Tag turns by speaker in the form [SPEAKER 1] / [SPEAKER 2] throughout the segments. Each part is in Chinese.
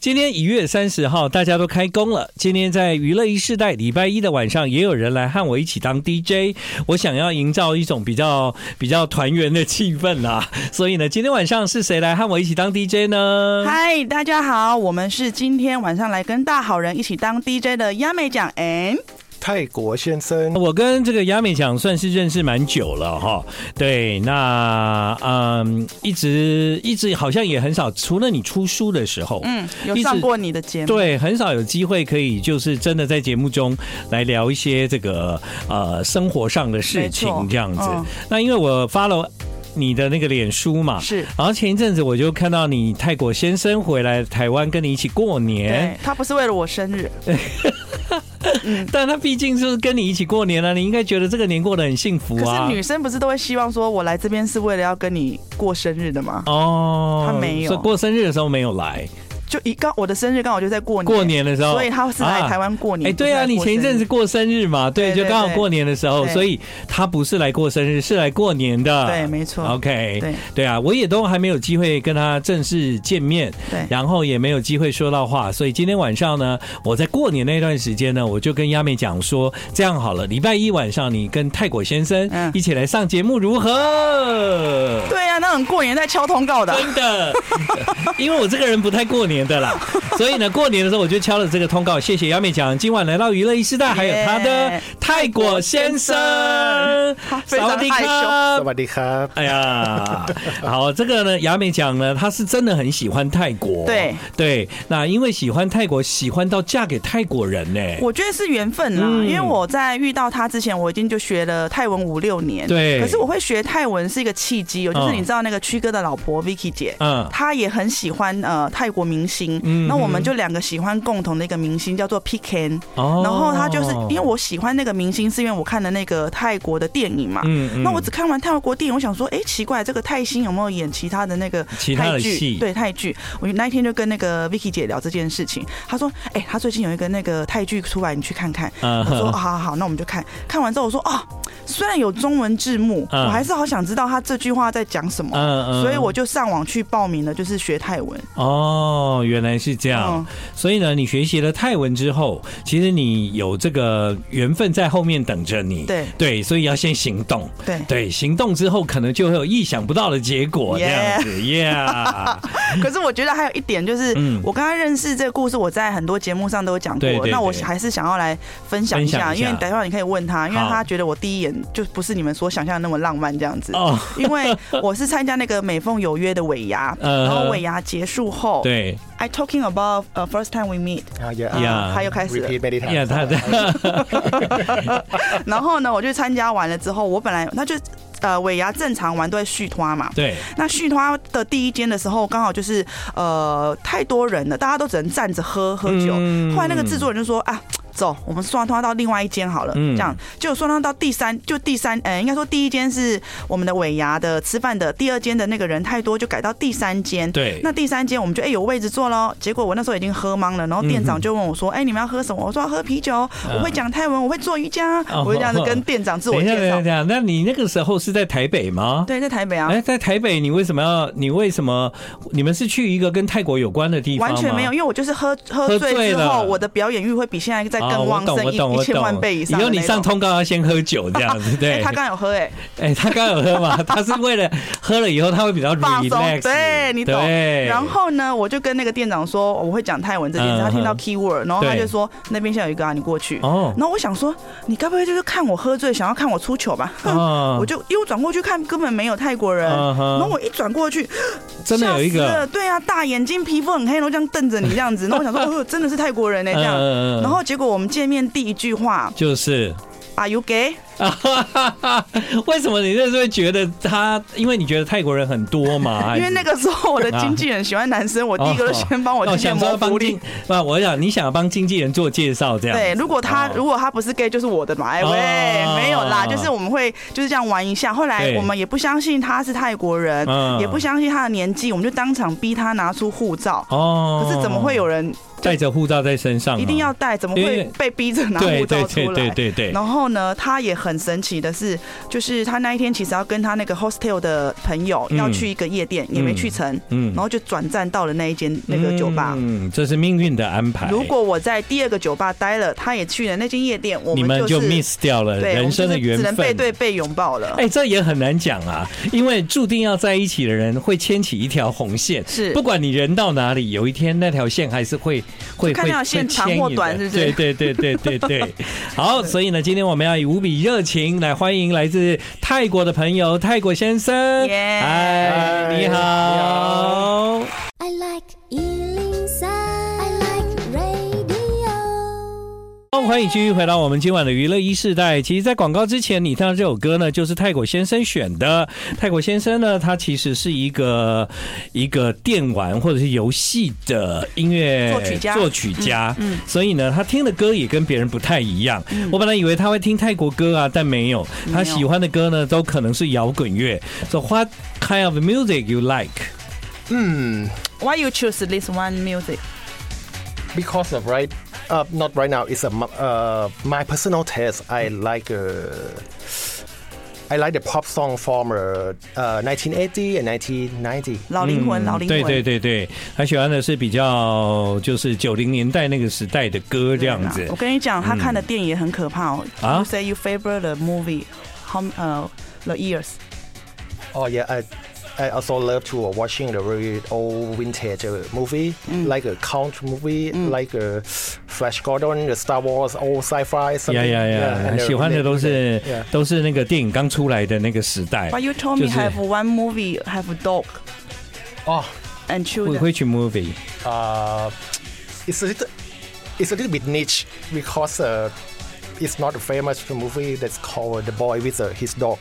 [SPEAKER 1] 今天一月三十号，大家都开工了。今天在娱乐一世代，礼拜一的晚上，也有人来和我一起当 DJ。我想要营造一种比较比较团圆的气氛啊，所以呢，今天晚上是谁来和我一起当 DJ 呢？
[SPEAKER 2] 嗨，大家好，我们是今天晚上来跟大好人一起当 DJ 的亚美奖哎 N。
[SPEAKER 3] 泰国先生，
[SPEAKER 1] 我跟这个亚美奖算是认识蛮久了哈，对，那嗯，一直一直好像也很少，除了你出书的时候，
[SPEAKER 2] 嗯，有
[SPEAKER 1] 一直
[SPEAKER 2] 上过你的节目，，
[SPEAKER 1] 对，很少有机会可以就是真的在节目中来聊一些这个呃生活上的事情
[SPEAKER 2] 没错
[SPEAKER 1] 这样子。
[SPEAKER 2] 嗯
[SPEAKER 1] 那因为我 follow 你的那个脸书嘛，
[SPEAKER 2] 是。
[SPEAKER 1] 然后前一阵子我就看到你泰国先生回来台湾跟你一起过年
[SPEAKER 2] 对，，他不是为了我生 日，嗯
[SPEAKER 1] 但他毕竟是跟你一起过年了、你应该觉得这个年过得很幸福
[SPEAKER 2] 可
[SPEAKER 1] 啊。
[SPEAKER 2] 是女生不是都会希望说，我来这边是为了要跟你过生日的吗？
[SPEAKER 1] 哦，
[SPEAKER 2] 他没有
[SPEAKER 1] 所以过生日的时候没有来，
[SPEAKER 2] 就一刚我的生日刚好就在过年，
[SPEAKER 1] 过年的时候，
[SPEAKER 2] 所以他是来
[SPEAKER 1] 啊
[SPEAKER 2] 台湾过年。
[SPEAKER 1] 哎、
[SPEAKER 2] 不是
[SPEAKER 1] 对啊，
[SPEAKER 2] 来
[SPEAKER 1] 你
[SPEAKER 2] 过
[SPEAKER 1] 前一
[SPEAKER 2] 生
[SPEAKER 1] 阵
[SPEAKER 2] 日
[SPEAKER 1] 子过生日嘛，对，
[SPEAKER 2] 对对
[SPEAKER 1] 就刚好过年的时候，
[SPEAKER 2] 对
[SPEAKER 1] 所以他不是来过生日，是来过年的。
[SPEAKER 2] 对，没错，
[SPEAKER 1] OK，
[SPEAKER 2] 对
[SPEAKER 1] 对啊，我也都还没有机会跟他正式见面，
[SPEAKER 2] 对
[SPEAKER 1] 然后也没有机会说到话，所以今天晚上呢，我在过年那段时间呢，我就跟亚美讲说，这样好了，礼拜一晚上你跟泰国先生
[SPEAKER 2] 嗯
[SPEAKER 1] 一起来上节目如何？
[SPEAKER 2] 对啊，那种过年在敲通告的，啊
[SPEAKER 1] 真的，因为我这个人不太过年的 啦，所以呢，过年的时候我就敲了这个通告，谢谢杨美奖，今晚来到娱乐一时代，还有他的泰国先 生
[SPEAKER 2] 他，非常
[SPEAKER 1] 萨瓦
[SPEAKER 2] 害羞
[SPEAKER 1] 迪卡
[SPEAKER 3] 萨瓦迪卡，
[SPEAKER 1] 哎呀，好，这个呢，雅美讲呢，她是真的很喜欢泰国，
[SPEAKER 2] 对
[SPEAKER 1] 对，那因为喜欢泰国，喜欢到嫁给泰国人呢、
[SPEAKER 2] 我觉得是缘分啦，
[SPEAKER 1] 嗯
[SPEAKER 2] 因为我在遇到他之前，我已经就学了泰文五六年。
[SPEAKER 1] 对
[SPEAKER 2] 可是我会学泰文是一个契机哦，就是
[SPEAKER 1] 嗯
[SPEAKER 2] 你知道那个曲哥的老婆 Vicky 姐。
[SPEAKER 1] 嗯，
[SPEAKER 2] 她也很喜欢呃泰国明星，
[SPEAKER 1] 嗯
[SPEAKER 2] 那我们就两个喜欢共同的一个明星叫做 p i k a n
[SPEAKER 1] 哦
[SPEAKER 2] 然后她就是因为，我喜欢那个明星，是因为我看的那个泰国的电影嘛。
[SPEAKER 1] 嗯嗯
[SPEAKER 2] 那我只看完泰国电影，我想说，哎、奇怪，这个泰星有没有演其他的那个
[SPEAKER 1] 其他
[SPEAKER 2] 泰
[SPEAKER 1] 的
[SPEAKER 2] 剧
[SPEAKER 1] 戏，，
[SPEAKER 2] 对泰剧，我那一天就跟那个 Vicky 姐聊这件事情，她说：“哎、她最近有一个那个泰剧出来，你去看看。”
[SPEAKER 1] 嗯
[SPEAKER 2] 我说：“哦啊好好好，那我们就看。”看完之后我说：“哦，虽然有中文字幕，
[SPEAKER 1] 嗯
[SPEAKER 2] 我还是好想知道她这句话在讲什么。”
[SPEAKER 1] 嗯嗯
[SPEAKER 2] 所以我就上网去报名了，就是学泰文。
[SPEAKER 1] 哦，原来是这样。
[SPEAKER 2] 嗯
[SPEAKER 1] 所以呢，你学习了泰文之后，其实你有这个缘分在后面等着你。
[SPEAKER 2] 对
[SPEAKER 1] 对，所以要先行动。
[SPEAKER 2] 对，
[SPEAKER 1] 对，行动之后可能就会有意想不到的结果，这
[SPEAKER 2] Yeah
[SPEAKER 1] 样子，Yeah，
[SPEAKER 2] 可是我觉得还有一点就是，
[SPEAKER 1] 嗯
[SPEAKER 2] 我跟他认识这个故事，我在很多节目上都有讲过。
[SPEAKER 1] 对对
[SPEAKER 2] 那我
[SPEAKER 1] 对
[SPEAKER 2] 还是想要来分享一下，
[SPEAKER 1] 分享一下
[SPEAKER 2] 因为等一下你可以问他，因为
[SPEAKER 1] 好
[SPEAKER 2] 他觉得我第一眼就不是你们所想象的那么浪漫这样子。
[SPEAKER 1] 哦，
[SPEAKER 2] 因为我是参加那个美凤有约的 尾牙，
[SPEAKER 1] 呃
[SPEAKER 2] 然后尾牙结束后
[SPEAKER 1] 对
[SPEAKER 2] ，I talking about 呃 first time we meet，
[SPEAKER 3] 啊也
[SPEAKER 1] 呀
[SPEAKER 2] 啊，他又开始了。
[SPEAKER 3] repeat many
[SPEAKER 1] ，Yeah，
[SPEAKER 3] times，
[SPEAKER 1] 他的，，
[SPEAKER 2] 然后呢，我就参加完了之后，我本来他就呃尾牙正常玩都会续拖嘛
[SPEAKER 1] 对，
[SPEAKER 2] 那续拖的第一间的时候，刚好就是呃太多人了，大家都只能站着喝喝酒。
[SPEAKER 1] 嗯
[SPEAKER 2] 后来那个制作人就说啊。走，我们双拖到另外一间好了，
[SPEAKER 1] 嗯
[SPEAKER 2] 这样就双拖到第三，就第三，呃，应该说第一间是我们的尾牙的吃饭的，第二间的那个人太多，就改到第三间。
[SPEAKER 1] 对，
[SPEAKER 2] 那第三间我们就哎、有位置坐喽。结果我那时候已经喝懵了，然后
[SPEAKER 1] 嗯
[SPEAKER 2] 店
[SPEAKER 1] 哼
[SPEAKER 2] 长就问我说：“哎、你们要喝什么？”我说：“要喝啤酒，
[SPEAKER 1] 嗯
[SPEAKER 2] 我会讲泰文，我会做瑜伽。”我就这样子跟店长自
[SPEAKER 1] 等
[SPEAKER 2] 我
[SPEAKER 1] 一哦下，等
[SPEAKER 2] 介
[SPEAKER 1] 一下，
[SPEAKER 2] 绍
[SPEAKER 1] 等一。下，那你那个时候是在台北吗？
[SPEAKER 2] 对，在台北啊，
[SPEAKER 1] 哎，在台北，你为什么要？你为什么？你们是去一个跟泰国有关的地方
[SPEAKER 2] 完
[SPEAKER 1] 吗？
[SPEAKER 2] 全没有，因为我就是喝喝
[SPEAKER 1] 喝醉
[SPEAKER 2] 醉之
[SPEAKER 1] 了
[SPEAKER 2] 后，我的表演欲会比现在再
[SPEAKER 1] 哦
[SPEAKER 2] 更旺
[SPEAKER 1] 我
[SPEAKER 2] 盛
[SPEAKER 1] 懂，我懂，
[SPEAKER 2] 一一
[SPEAKER 1] 我
[SPEAKER 2] 千
[SPEAKER 1] 懂。
[SPEAKER 2] 万倍以
[SPEAKER 1] 以
[SPEAKER 2] 上的
[SPEAKER 1] 后
[SPEAKER 2] 那种。
[SPEAKER 1] 你上通告要先喝酒这样子，
[SPEAKER 2] 哎
[SPEAKER 1] 对。
[SPEAKER 2] 他刚刚有 喝哎、
[SPEAKER 1] 哎，他刚有喝嘛？ 他是为了喝了以后他会比较
[SPEAKER 2] 放松
[SPEAKER 1] relax，
[SPEAKER 2] 对你懂
[SPEAKER 1] 对
[SPEAKER 2] 然后呢，我就跟那个店长说我会讲泰文这件
[SPEAKER 1] 嗯
[SPEAKER 2] 事，他听到
[SPEAKER 1] 嗯
[SPEAKER 2] keyword，然后他
[SPEAKER 1] 对
[SPEAKER 2] 就说那边现在有一个啊，你过去。
[SPEAKER 1] 哦
[SPEAKER 2] 然后我想说，你该不会就是看我喝醉，想要看我出糗吧？
[SPEAKER 1] 哦
[SPEAKER 2] 嗯 我就又转过去看，根本没有泰国人。
[SPEAKER 1] 嗯哼
[SPEAKER 2] 然后我一转过去，
[SPEAKER 1] 真的有一
[SPEAKER 2] 吓死了
[SPEAKER 1] 个
[SPEAKER 2] 对啊，大眼睛，皮肤很黑，然后这样瞪着你这样子。然后我想说，哦，真的是泰国人呢、这样。
[SPEAKER 1] 嗯嗯嗯
[SPEAKER 2] 然后结果我们见面第一句话
[SPEAKER 1] 就是。
[SPEAKER 2] ，Are you gay？
[SPEAKER 1] 啊哈哈哈！为什么你那时候会觉得他？因为你觉得泰国人很多嘛？
[SPEAKER 2] 因为那
[SPEAKER 1] 个
[SPEAKER 2] 个时候我的经纪人喜欢男生，我第一个就先帮我去见
[SPEAKER 1] 哦想说
[SPEAKER 2] 魔
[SPEAKER 1] 帮
[SPEAKER 2] 福
[SPEAKER 1] 经
[SPEAKER 2] 利。
[SPEAKER 1] 啊，我想你想帮经纪人做介绍这样。
[SPEAKER 2] 对，如果他、
[SPEAKER 1] 哦
[SPEAKER 2] 如果他不是 gay 就是我的嘛，哎喂，
[SPEAKER 1] 哦
[SPEAKER 2] 没有啦，就是我们会就是这样玩一下。后来
[SPEAKER 1] 对
[SPEAKER 2] 我们也不相信他是泰国人，
[SPEAKER 1] 嗯
[SPEAKER 2] 也不相信他的年纪，我们就当场逼他拿出护照。
[SPEAKER 1] 哦
[SPEAKER 2] 可是怎么会有人
[SPEAKER 1] 带着护照在身上、啊
[SPEAKER 2] 一定要。带，怎么会被逼着拿
[SPEAKER 1] 对
[SPEAKER 2] 护
[SPEAKER 1] 哦对
[SPEAKER 2] 照
[SPEAKER 1] 对
[SPEAKER 2] 出来
[SPEAKER 1] 对？对对，
[SPEAKER 2] 然后呢，他也很神奇的是，就是他那一天其实要跟他那个 hostel 的朋友
[SPEAKER 1] 嗯
[SPEAKER 2] 要去一个夜店，也没去成，
[SPEAKER 1] 嗯
[SPEAKER 2] 然后就转战到了那一间那个酒吧。
[SPEAKER 1] 嗯，这是命运的安排。
[SPEAKER 2] 如果我在第二个酒吧待了，他也去了那间夜店，我
[SPEAKER 1] 你们就
[SPEAKER 2] 就是
[SPEAKER 1] miss 掉了
[SPEAKER 2] 对，我们
[SPEAKER 1] 人
[SPEAKER 2] 就是
[SPEAKER 1] 生的缘
[SPEAKER 2] 只能背
[SPEAKER 1] 分。
[SPEAKER 2] 对背拥抱了。
[SPEAKER 1] 哎、这也很难讲啊，因为注定要在一起的人会牵起一条红线，
[SPEAKER 2] 是
[SPEAKER 1] 不管你人到哪里，有一天那条线还是会会
[SPEAKER 2] 看
[SPEAKER 1] 会
[SPEAKER 2] 那条线
[SPEAKER 1] 会
[SPEAKER 2] 长
[SPEAKER 1] 牵
[SPEAKER 2] 或
[SPEAKER 1] 引的
[SPEAKER 2] 短是不是
[SPEAKER 1] 对对对对对 对。好，所以呢，今天我们要以无比热情来欢迎来自泰国的朋友泰国先生，
[SPEAKER 2] 耶
[SPEAKER 1] 嗨、你
[SPEAKER 3] 嗨你
[SPEAKER 1] 好
[SPEAKER 3] 好。
[SPEAKER 4] I like Ealing Sound. I like radio.
[SPEAKER 1] 欢迎继续回到我们今晚的娱乐一世代。其实，在广告之前，你听到这首歌呢，就是泰国先生选的。泰国先生呢，他其实是一个一个电玩或者是游戏的音乐
[SPEAKER 2] 作曲家
[SPEAKER 1] 作曲家。嗯
[SPEAKER 2] 嗯嗯，
[SPEAKER 1] 所以呢，他听的歌也跟别人不太一样。我本来以为他会听泰国歌啊，但没有，
[SPEAKER 2] 没有
[SPEAKER 1] 他喜欢的歌呢，都可能是摇滚乐。So what kind of music you like？
[SPEAKER 3] Hmm.
[SPEAKER 2] Why you choose this one music？
[SPEAKER 3] Because of right, uh, not right now. It's a mu- uh, my personal taste. I like uh, I like the pop song from uh, uh, 1980 and 1990.
[SPEAKER 2] 老灵魂，老灵
[SPEAKER 1] 嗯
[SPEAKER 2] 魂。
[SPEAKER 1] 对对对对，他喜欢的是比较就是九零年代那个时代的歌这样子嗯
[SPEAKER 2] 对啦啊我。跟你讲，他看的电影也很可怕哦。
[SPEAKER 1] 啊
[SPEAKER 2] You say you favorite the movie, how 呃 the years？
[SPEAKER 3] Oh yeah, I I also love to uh, watching the very old vintage uh, movie,
[SPEAKER 1] Mm.
[SPEAKER 3] like a count movie, like a Flash Gordon, the Star Wars, old sci-fi.
[SPEAKER 1] 呀
[SPEAKER 3] something.
[SPEAKER 1] 呀
[SPEAKER 3] Yeah,
[SPEAKER 1] 呀！
[SPEAKER 3] and the-
[SPEAKER 1] 喜欢的都是
[SPEAKER 3] Yeah.
[SPEAKER 1] 都是那个电影刚出来的那个时代。
[SPEAKER 2] But you told me
[SPEAKER 1] 就是
[SPEAKER 2] have one movie have a dog
[SPEAKER 3] Oh,
[SPEAKER 1] 会
[SPEAKER 2] and children.
[SPEAKER 1] 会去 movie，
[SPEAKER 3] uh, it's a little, it's a little bit niche because uh, it's not a famous movie that's called The Boy with uh, His Dog.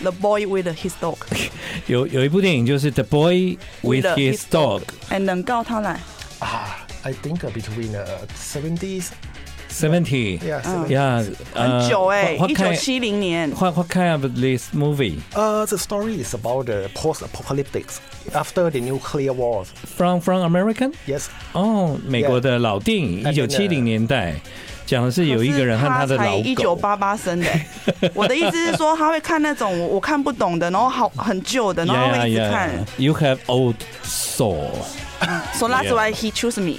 [SPEAKER 2] The boy with his dog
[SPEAKER 1] 有有一部电影就是《The Boy with
[SPEAKER 2] With
[SPEAKER 1] His
[SPEAKER 2] His
[SPEAKER 1] Dog》
[SPEAKER 2] and 能告他来
[SPEAKER 3] Ah, I think uh, between uh, 70s,
[SPEAKER 1] Seventy。
[SPEAKER 3] yeah, 70s.
[SPEAKER 1] Yeah，呃
[SPEAKER 2] 很久哎，
[SPEAKER 1] what
[SPEAKER 2] 一
[SPEAKER 1] what
[SPEAKER 2] 九
[SPEAKER 1] kind
[SPEAKER 2] 七零年。
[SPEAKER 1] what what kind of this movie
[SPEAKER 3] Uh, the story is about the post-apocalyptic after the nuclear war.
[SPEAKER 1] from from American？
[SPEAKER 3] Yes,
[SPEAKER 1] 哦，美国的老电影，一
[SPEAKER 3] 哎
[SPEAKER 1] 九
[SPEAKER 3] 真
[SPEAKER 1] 七
[SPEAKER 3] 的
[SPEAKER 1] 零年代，讲的是有一个人和他的老
[SPEAKER 2] 一九
[SPEAKER 1] 狗。
[SPEAKER 2] 八八生 的。我的意思是说，他会看那种我我看不懂的，然后好很旧的，然后他会一直看。
[SPEAKER 1] You have old soul.
[SPEAKER 2] So that's
[SPEAKER 1] Yeah.
[SPEAKER 2] why he choose me.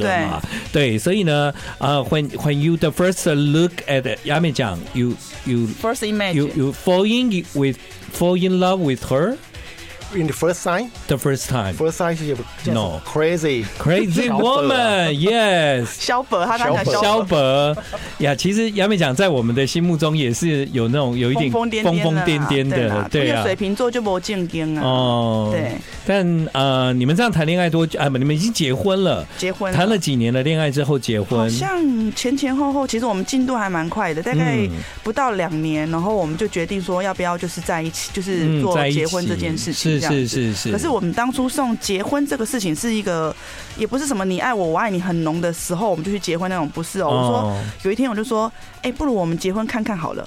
[SPEAKER 1] 了嘛，对，所以呢，呃、w h e n when you the first look at 雅美讲，you you
[SPEAKER 2] First
[SPEAKER 1] you
[SPEAKER 2] image.
[SPEAKER 1] you fall in with fall in love with her
[SPEAKER 3] in the first sign,
[SPEAKER 1] the first time.
[SPEAKER 3] first sign she was just
[SPEAKER 1] No.
[SPEAKER 3] crazy. uh,
[SPEAKER 1] Crazy
[SPEAKER 3] 小本啊
[SPEAKER 1] woman, yes.
[SPEAKER 2] 肖伯，他刚才
[SPEAKER 3] 小
[SPEAKER 1] 萧
[SPEAKER 2] 肖伯，
[SPEAKER 1] 伯呀，其实杨美讲在我们的心目中也是有那种有一点
[SPEAKER 2] 疯疯癫癫
[SPEAKER 1] 疯癫癫
[SPEAKER 2] 的啊啦
[SPEAKER 1] 的，对
[SPEAKER 2] 因为
[SPEAKER 1] 啊
[SPEAKER 2] 水。瓶座就没正经啊。
[SPEAKER 1] 哦，
[SPEAKER 2] 对，
[SPEAKER 1] 但呃，你们这样谈恋爱多久啊？不，你们已经结婚了，
[SPEAKER 2] 结婚
[SPEAKER 1] 谈了几年的恋爱之后结
[SPEAKER 2] 好
[SPEAKER 1] 婚，
[SPEAKER 2] 像前前后后，其实我们进度还蛮快的，大概
[SPEAKER 1] 嗯
[SPEAKER 2] 不到两年，然后我们就决定说要不要就是在一起，就是
[SPEAKER 1] 嗯
[SPEAKER 2] 做
[SPEAKER 1] 在一起
[SPEAKER 2] 结婚这件事情。
[SPEAKER 1] 是
[SPEAKER 2] 这样子
[SPEAKER 1] 是是是。
[SPEAKER 2] 可是我们当初送结婚这个事情是一个，也不是什么你爱我我爱你很浓的时候我们就去结婚那种，不是哦。我说
[SPEAKER 1] 哦
[SPEAKER 2] 有一天我就说，哎，不如我们结婚看看好 了。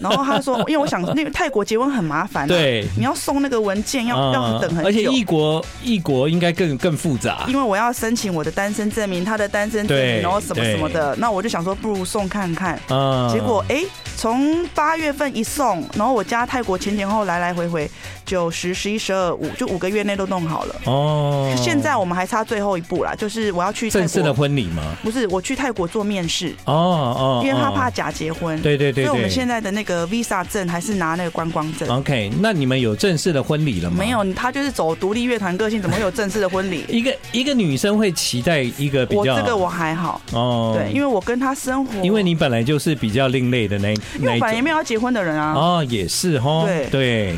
[SPEAKER 2] 然后他说，因为我想那个泰国结婚很麻烦、啊，，
[SPEAKER 1] 对，嗯
[SPEAKER 2] 你要送那个文件要、要等很久，
[SPEAKER 1] 哦而且异国异国应该更更复杂，
[SPEAKER 2] 因为我要申请我的单身证明，他的单身证
[SPEAKER 1] 对
[SPEAKER 2] 明，然后什么什么的，那我就想说不如送看看。
[SPEAKER 1] 啊
[SPEAKER 2] 结果哎，从八月份一送，然后我家泰国前前后来来回回九十、十一、十二、五，就五个月内都弄好了。
[SPEAKER 1] 哦，
[SPEAKER 2] 现在我们还差最后一步啦，就是我要去泰
[SPEAKER 1] 正式的
[SPEAKER 2] 国，
[SPEAKER 1] 婚礼吗？
[SPEAKER 2] 不是我去泰国做面试，
[SPEAKER 1] 哦哦，
[SPEAKER 2] 因为他
[SPEAKER 1] 哦
[SPEAKER 2] 怕假结婚。
[SPEAKER 1] 对对啊对对，
[SPEAKER 2] 所以我们现在的那个 Visa 证还是拿那个观光证，
[SPEAKER 1] OK，那你们有正式的婚礼了吗？
[SPEAKER 2] 没。有他就是走独立乐团个性，怎么会有正式的 婚礼？
[SPEAKER 1] 一个一个女生会期待一个比
[SPEAKER 2] 我
[SPEAKER 1] 较
[SPEAKER 2] 这个我还好，
[SPEAKER 1] 哦，
[SPEAKER 2] 对，因
[SPEAKER 1] 为
[SPEAKER 2] 为我跟他生活，
[SPEAKER 1] 因为你本来就是比较另类的那
[SPEAKER 2] 因为
[SPEAKER 1] 那
[SPEAKER 2] 我
[SPEAKER 1] 一
[SPEAKER 2] 本来也
[SPEAKER 1] 种
[SPEAKER 2] 没有要结婚的人啊。
[SPEAKER 1] 哦，也是哈，
[SPEAKER 2] 对
[SPEAKER 1] 对。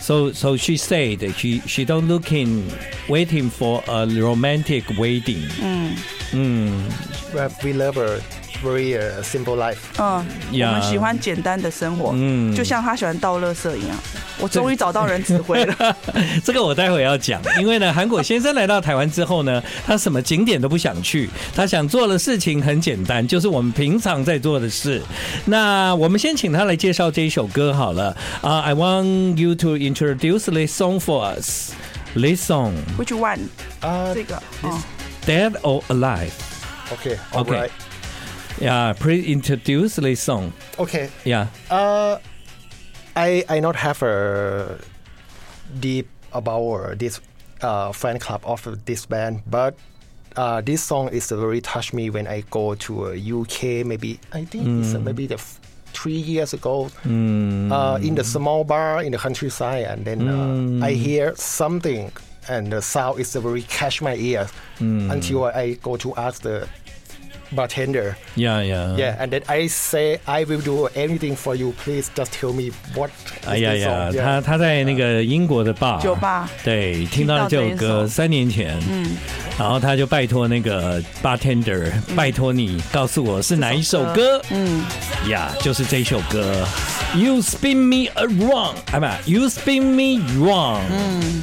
[SPEAKER 1] So so she said she she don't looking waiting for a romantic wedding.
[SPEAKER 2] 嗯，
[SPEAKER 1] 嗯
[SPEAKER 3] We live a very uh, simple life.
[SPEAKER 2] 嗯我们
[SPEAKER 1] 呀
[SPEAKER 2] 喜欢简单的生活，
[SPEAKER 1] 嗯，
[SPEAKER 2] 就像他喜欢倒垃圾一样。我终于找到人指挥 了，
[SPEAKER 1] 这个我待会要讲，因为呢，韩果先生来到台湾之后呢，他什么景点都不想去，他想做的事情很简单，就是我们平常在做的事。那我们先请他来介绍这一首歌好了。啊、i want you to introduce this song for us. This song,
[SPEAKER 2] Which one？
[SPEAKER 3] Uh,
[SPEAKER 2] 这个，
[SPEAKER 1] 呃
[SPEAKER 2] 嗯，
[SPEAKER 1] Dead or Alive.
[SPEAKER 3] okay.
[SPEAKER 1] Okay.
[SPEAKER 3] alright.
[SPEAKER 1] Yeah, please introduce this song.
[SPEAKER 3] Okay.
[SPEAKER 1] Yeah.
[SPEAKER 3] Uh, I I not have a deep about this uh, fan club of this band, but uh, this song is very touch me when I go to uh, UK. Maybe I think it's uh, maybe the f- three years ago uh, in the small bar in the countryside, and then uh, I hear something. And the sound is very catch my ear until I go to ask the bartender.
[SPEAKER 1] Yeah, yeah.
[SPEAKER 3] Yeah, and then I say I will do anything for you. Please just tell me what. is
[SPEAKER 1] 哎呀
[SPEAKER 3] this
[SPEAKER 1] 呀，
[SPEAKER 3] song."
[SPEAKER 1] 他
[SPEAKER 3] Ah, Yeah.
[SPEAKER 1] 他在那个英国的吧
[SPEAKER 2] 嗯酒吧
[SPEAKER 1] 对，听到了这首
[SPEAKER 2] 听到这
[SPEAKER 1] 歌
[SPEAKER 2] 一首
[SPEAKER 1] 三年前，嗯，然后他就拜托那个 bartender，、拜
[SPEAKER 2] 嗯
[SPEAKER 1] 托你告诉我是哪一首歌，嗯，呀，就是这首歌，You spin me around，哎不，You spin me round，嗯。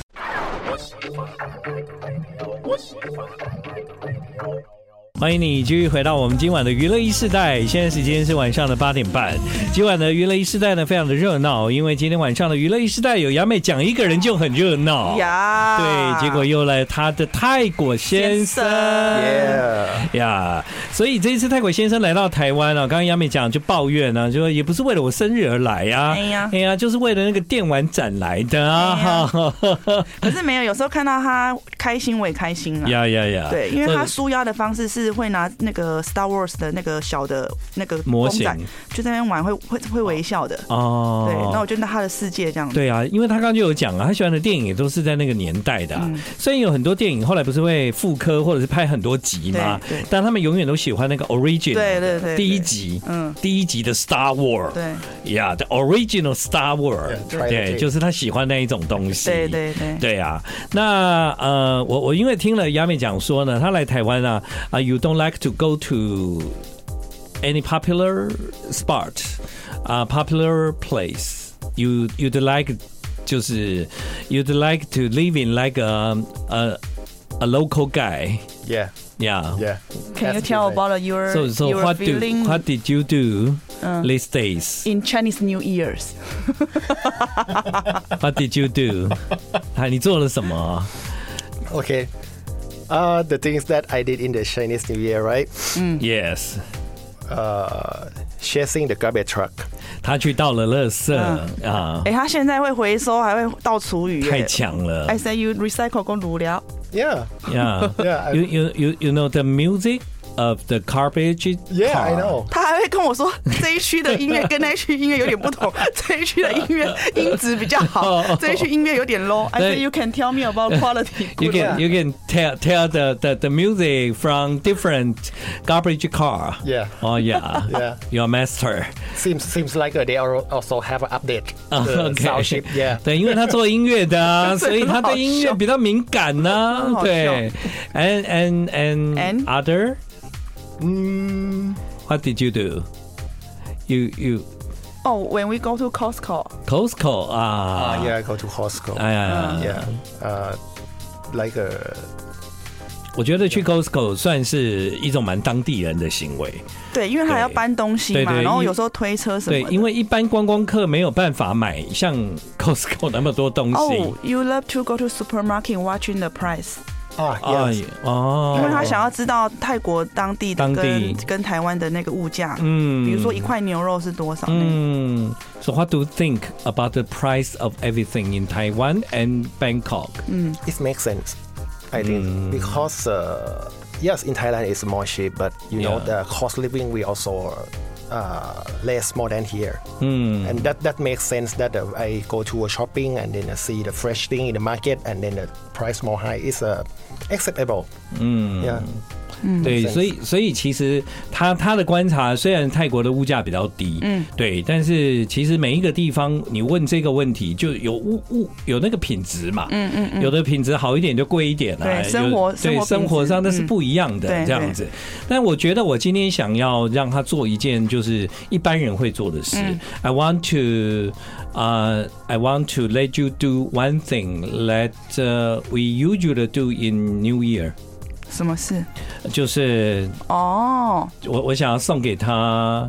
[SPEAKER 1] 欢迎你继续回到我们今晚的娱乐一世代，现在时间是晚上的八点半。今晚的娱乐一世代呢，非常的热闹，因为今天晚上的娱乐一世代有杨美讲一个人就很热闹。
[SPEAKER 2] 呀，
[SPEAKER 1] 对，结果又来他的泰国先生
[SPEAKER 2] 先生
[SPEAKER 3] Yeah.
[SPEAKER 1] 呀所以这一次泰国先生来到台湾啊，刚刚亚美讲就抱怨呢、啊，就说也不是为了我生日而来啊，
[SPEAKER 2] 哎呀
[SPEAKER 1] 哎呀，就是为了那个电玩展来的啊，
[SPEAKER 2] 可是没有，有时候看到他开心，我也开心 了。
[SPEAKER 1] 呀呀呀，
[SPEAKER 2] 对，因为他
[SPEAKER 1] 所
[SPEAKER 2] 舒压的方式是会拿那个 Star Wars 的那个小的那个
[SPEAKER 1] 以模
[SPEAKER 2] 公
[SPEAKER 1] 型
[SPEAKER 2] 仔，就在那边玩，会会会微笑的。
[SPEAKER 1] 哦，
[SPEAKER 2] 对，那我就到他的世界这样子。
[SPEAKER 1] 对啊，因为他刚刚就有讲啊，他喜欢的电影也都是在那个年代的、
[SPEAKER 2] 嗯
[SPEAKER 1] 啊，虽然有很多电影后来不是会复刻或者是拍很多集嘛
[SPEAKER 2] 对对，
[SPEAKER 1] 但他们永远都喜欢那个 origin，
[SPEAKER 2] 对对对
[SPEAKER 1] 第一
[SPEAKER 2] 对
[SPEAKER 1] 集，
[SPEAKER 2] 嗯
[SPEAKER 1] 第一集的 Star War，
[SPEAKER 2] 对
[SPEAKER 1] 呀、yeah,，The Original Star War，
[SPEAKER 3] Yeah,
[SPEAKER 1] 对，
[SPEAKER 3] try the tape.
[SPEAKER 1] 就是他喜欢那一种东西，
[SPEAKER 2] 对对对
[SPEAKER 1] 对啊，那呃，我我因为听了雅美讲说呢，她来台湾啊，啊、y o u don't like to go to any popular spot，啊、p o p u l a r place，you you'd like 就是 you'd like to live in like a a a local guy，yeah。
[SPEAKER 3] Yeah. Yeah.
[SPEAKER 2] Can you
[SPEAKER 3] That's
[SPEAKER 2] tell
[SPEAKER 3] right.
[SPEAKER 2] about your
[SPEAKER 1] So so
[SPEAKER 2] your
[SPEAKER 1] what do
[SPEAKER 2] feeling Uh。
[SPEAKER 1] what did you do these days?
[SPEAKER 2] in Chinese New Year's？
[SPEAKER 1] What did you do? 啊，你做了什么？
[SPEAKER 3] Okay. Uh, the things that I did in the Chinese New Year, right?
[SPEAKER 2] Mm.
[SPEAKER 1] Yes，
[SPEAKER 3] Uh, chasing the garbage truck.
[SPEAKER 1] 他去倒了垃圾
[SPEAKER 2] 嗯
[SPEAKER 1] 啊，
[SPEAKER 2] 哎，他现在会回收，还会倒厨余耶。
[SPEAKER 1] 太强了
[SPEAKER 2] I say you recycle 跟炉料。
[SPEAKER 3] Yeah.
[SPEAKER 1] ！Yeah,
[SPEAKER 3] Yeah, I-
[SPEAKER 1] you you you you know the music of the garbage.
[SPEAKER 3] Yeah, I
[SPEAKER 1] car.
[SPEAKER 3] know.
[SPEAKER 2] 他还会跟 我说这一区的音乐跟那一区音乐有点不同，这一区的音 乐音质比较好，这一区音乐有点 low。
[SPEAKER 1] 哦
[SPEAKER 2] I
[SPEAKER 1] 对
[SPEAKER 2] say you can tell me about quality.
[SPEAKER 1] You can
[SPEAKER 3] Yeah.
[SPEAKER 1] you can tell tell the, the the music from different garbage car.
[SPEAKER 3] Yeah.
[SPEAKER 1] Oh yeah.
[SPEAKER 3] Yeah.
[SPEAKER 1] Your master.
[SPEAKER 3] Seems seems like uh, they are also have an update. the
[SPEAKER 1] 嗯 OK
[SPEAKER 3] sound chip. Yeah.
[SPEAKER 1] 对，因为他做音乐的啊，所以他对音乐比较敏感呢、
[SPEAKER 2] 很好笑
[SPEAKER 1] 对，and and and
[SPEAKER 2] And？嗯
[SPEAKER 1] other
[SPEAKER 3] Mm,
[SPEAKER 1] what did you do? You you
[SPEAKER 2] Oh, when we go to Costco,
[SPEAKER 1] Costco 啊
[SPEAKER 3] uh, yeah, I go to Costco.
[SPEAKER 1] 哎
[SPEAKER 2] 啊
[SPEAKER 1] 呀，
[SPEAKER 3] Ah, yeah. Uh, like uh, a
[SPEAKER 1] 我觉得去 Costco 算是一种蛮当地人的行为。
[SPEAKER 2] 对，因为他还要
[SPEAKER 1] 对
[SPEAKER 2] 搬东西嘛，
[SPEAKER 1] 对对
[SPEAKER 2] 然后
[SPEAKER 1] 因
[SPEAKER 2] 有时候推车什么
[SPEAKER 1] 对，
[SPEAKER 2] 的。
[SPEAKER 1] 因为一般观光客没有办法买像 Costco 那么多东西
[SPEAKER 2] Oh,。you love to go to supermarket watching the price，、
[SPEAKER 3] ah,
[SPEAKER 1] 哎
[SPEAKER 3] yes.
[SPEAKER 2] 因为
[SPEAKER 1] 哦，
[SPEAKER 2] 他想要知道泰国当地的
[SPEAKER 1] 当
[SPEAKER 2] 跟
[SPEAKER 1] 地
[SPEAKER 2] 跟台湾的那个物价，
[SPEAKER 1] 嗯
[SPEAKER 2] 比如说一块牛肉是多少那个
[SPEAKER 1] 嗯，So what do you think about the price of everything in Taiwan and Bangkok？
[SPEAKER 3] it makes sense. I think because uh, yes, in Thailand it's more cheap, but you know
[SPEAKER 1] Yeah.
[SPEAKER 3] the cost living we also uh, less more than here,
[SPEAKER 1] 嗯
[SPEAKER 3] and that that makes sense. That uh, I go to a shopping and then I see the fresh thing in the market, and then the price more high is uh, acceptable.
[SPEAKER 1] 嗯
[SPEAKER 3] Yeah,
[SPEAKER 1] 对，
[SPEAKER 3] Makes sense
[SPEAKER 1] 所以所以其实他他的观察，虽然泰国的物价比较低，
[SPEAKER 2] 嗯，
[SPEAKER 1] 对，但是其实每一个地方你问这个问题，就有物物有那个品质嘛，嗯嗯有的品质好一点就贵一点啦、
[SPEAKER 2] 对
[SPEAKER 1] 有
[SPEAKER 2] 生活生
[SPEAKER 1] 对
[SPEAKER 2] 活品质
[SPEAKER 1] 生活上那是
[SPEAKER 2] 嗯
[SPEAKER 1] 不一样的、
[SPEAKER 2] 对
[SPEAKER 1] 这样子。但我觉得我今天想要让他做一件就是一般人会做的事、i
[SPEAKER 2] 嗯
[SPEAKER 1] want to 呃、i want to let you do one thing that、we uh, usually do in New Year，
[SPEAKER 2] 什么事？
[SPEAKER 1] 就是
[SPEAKER 2] 哦
[SPEAKER 1] 我我想要送给他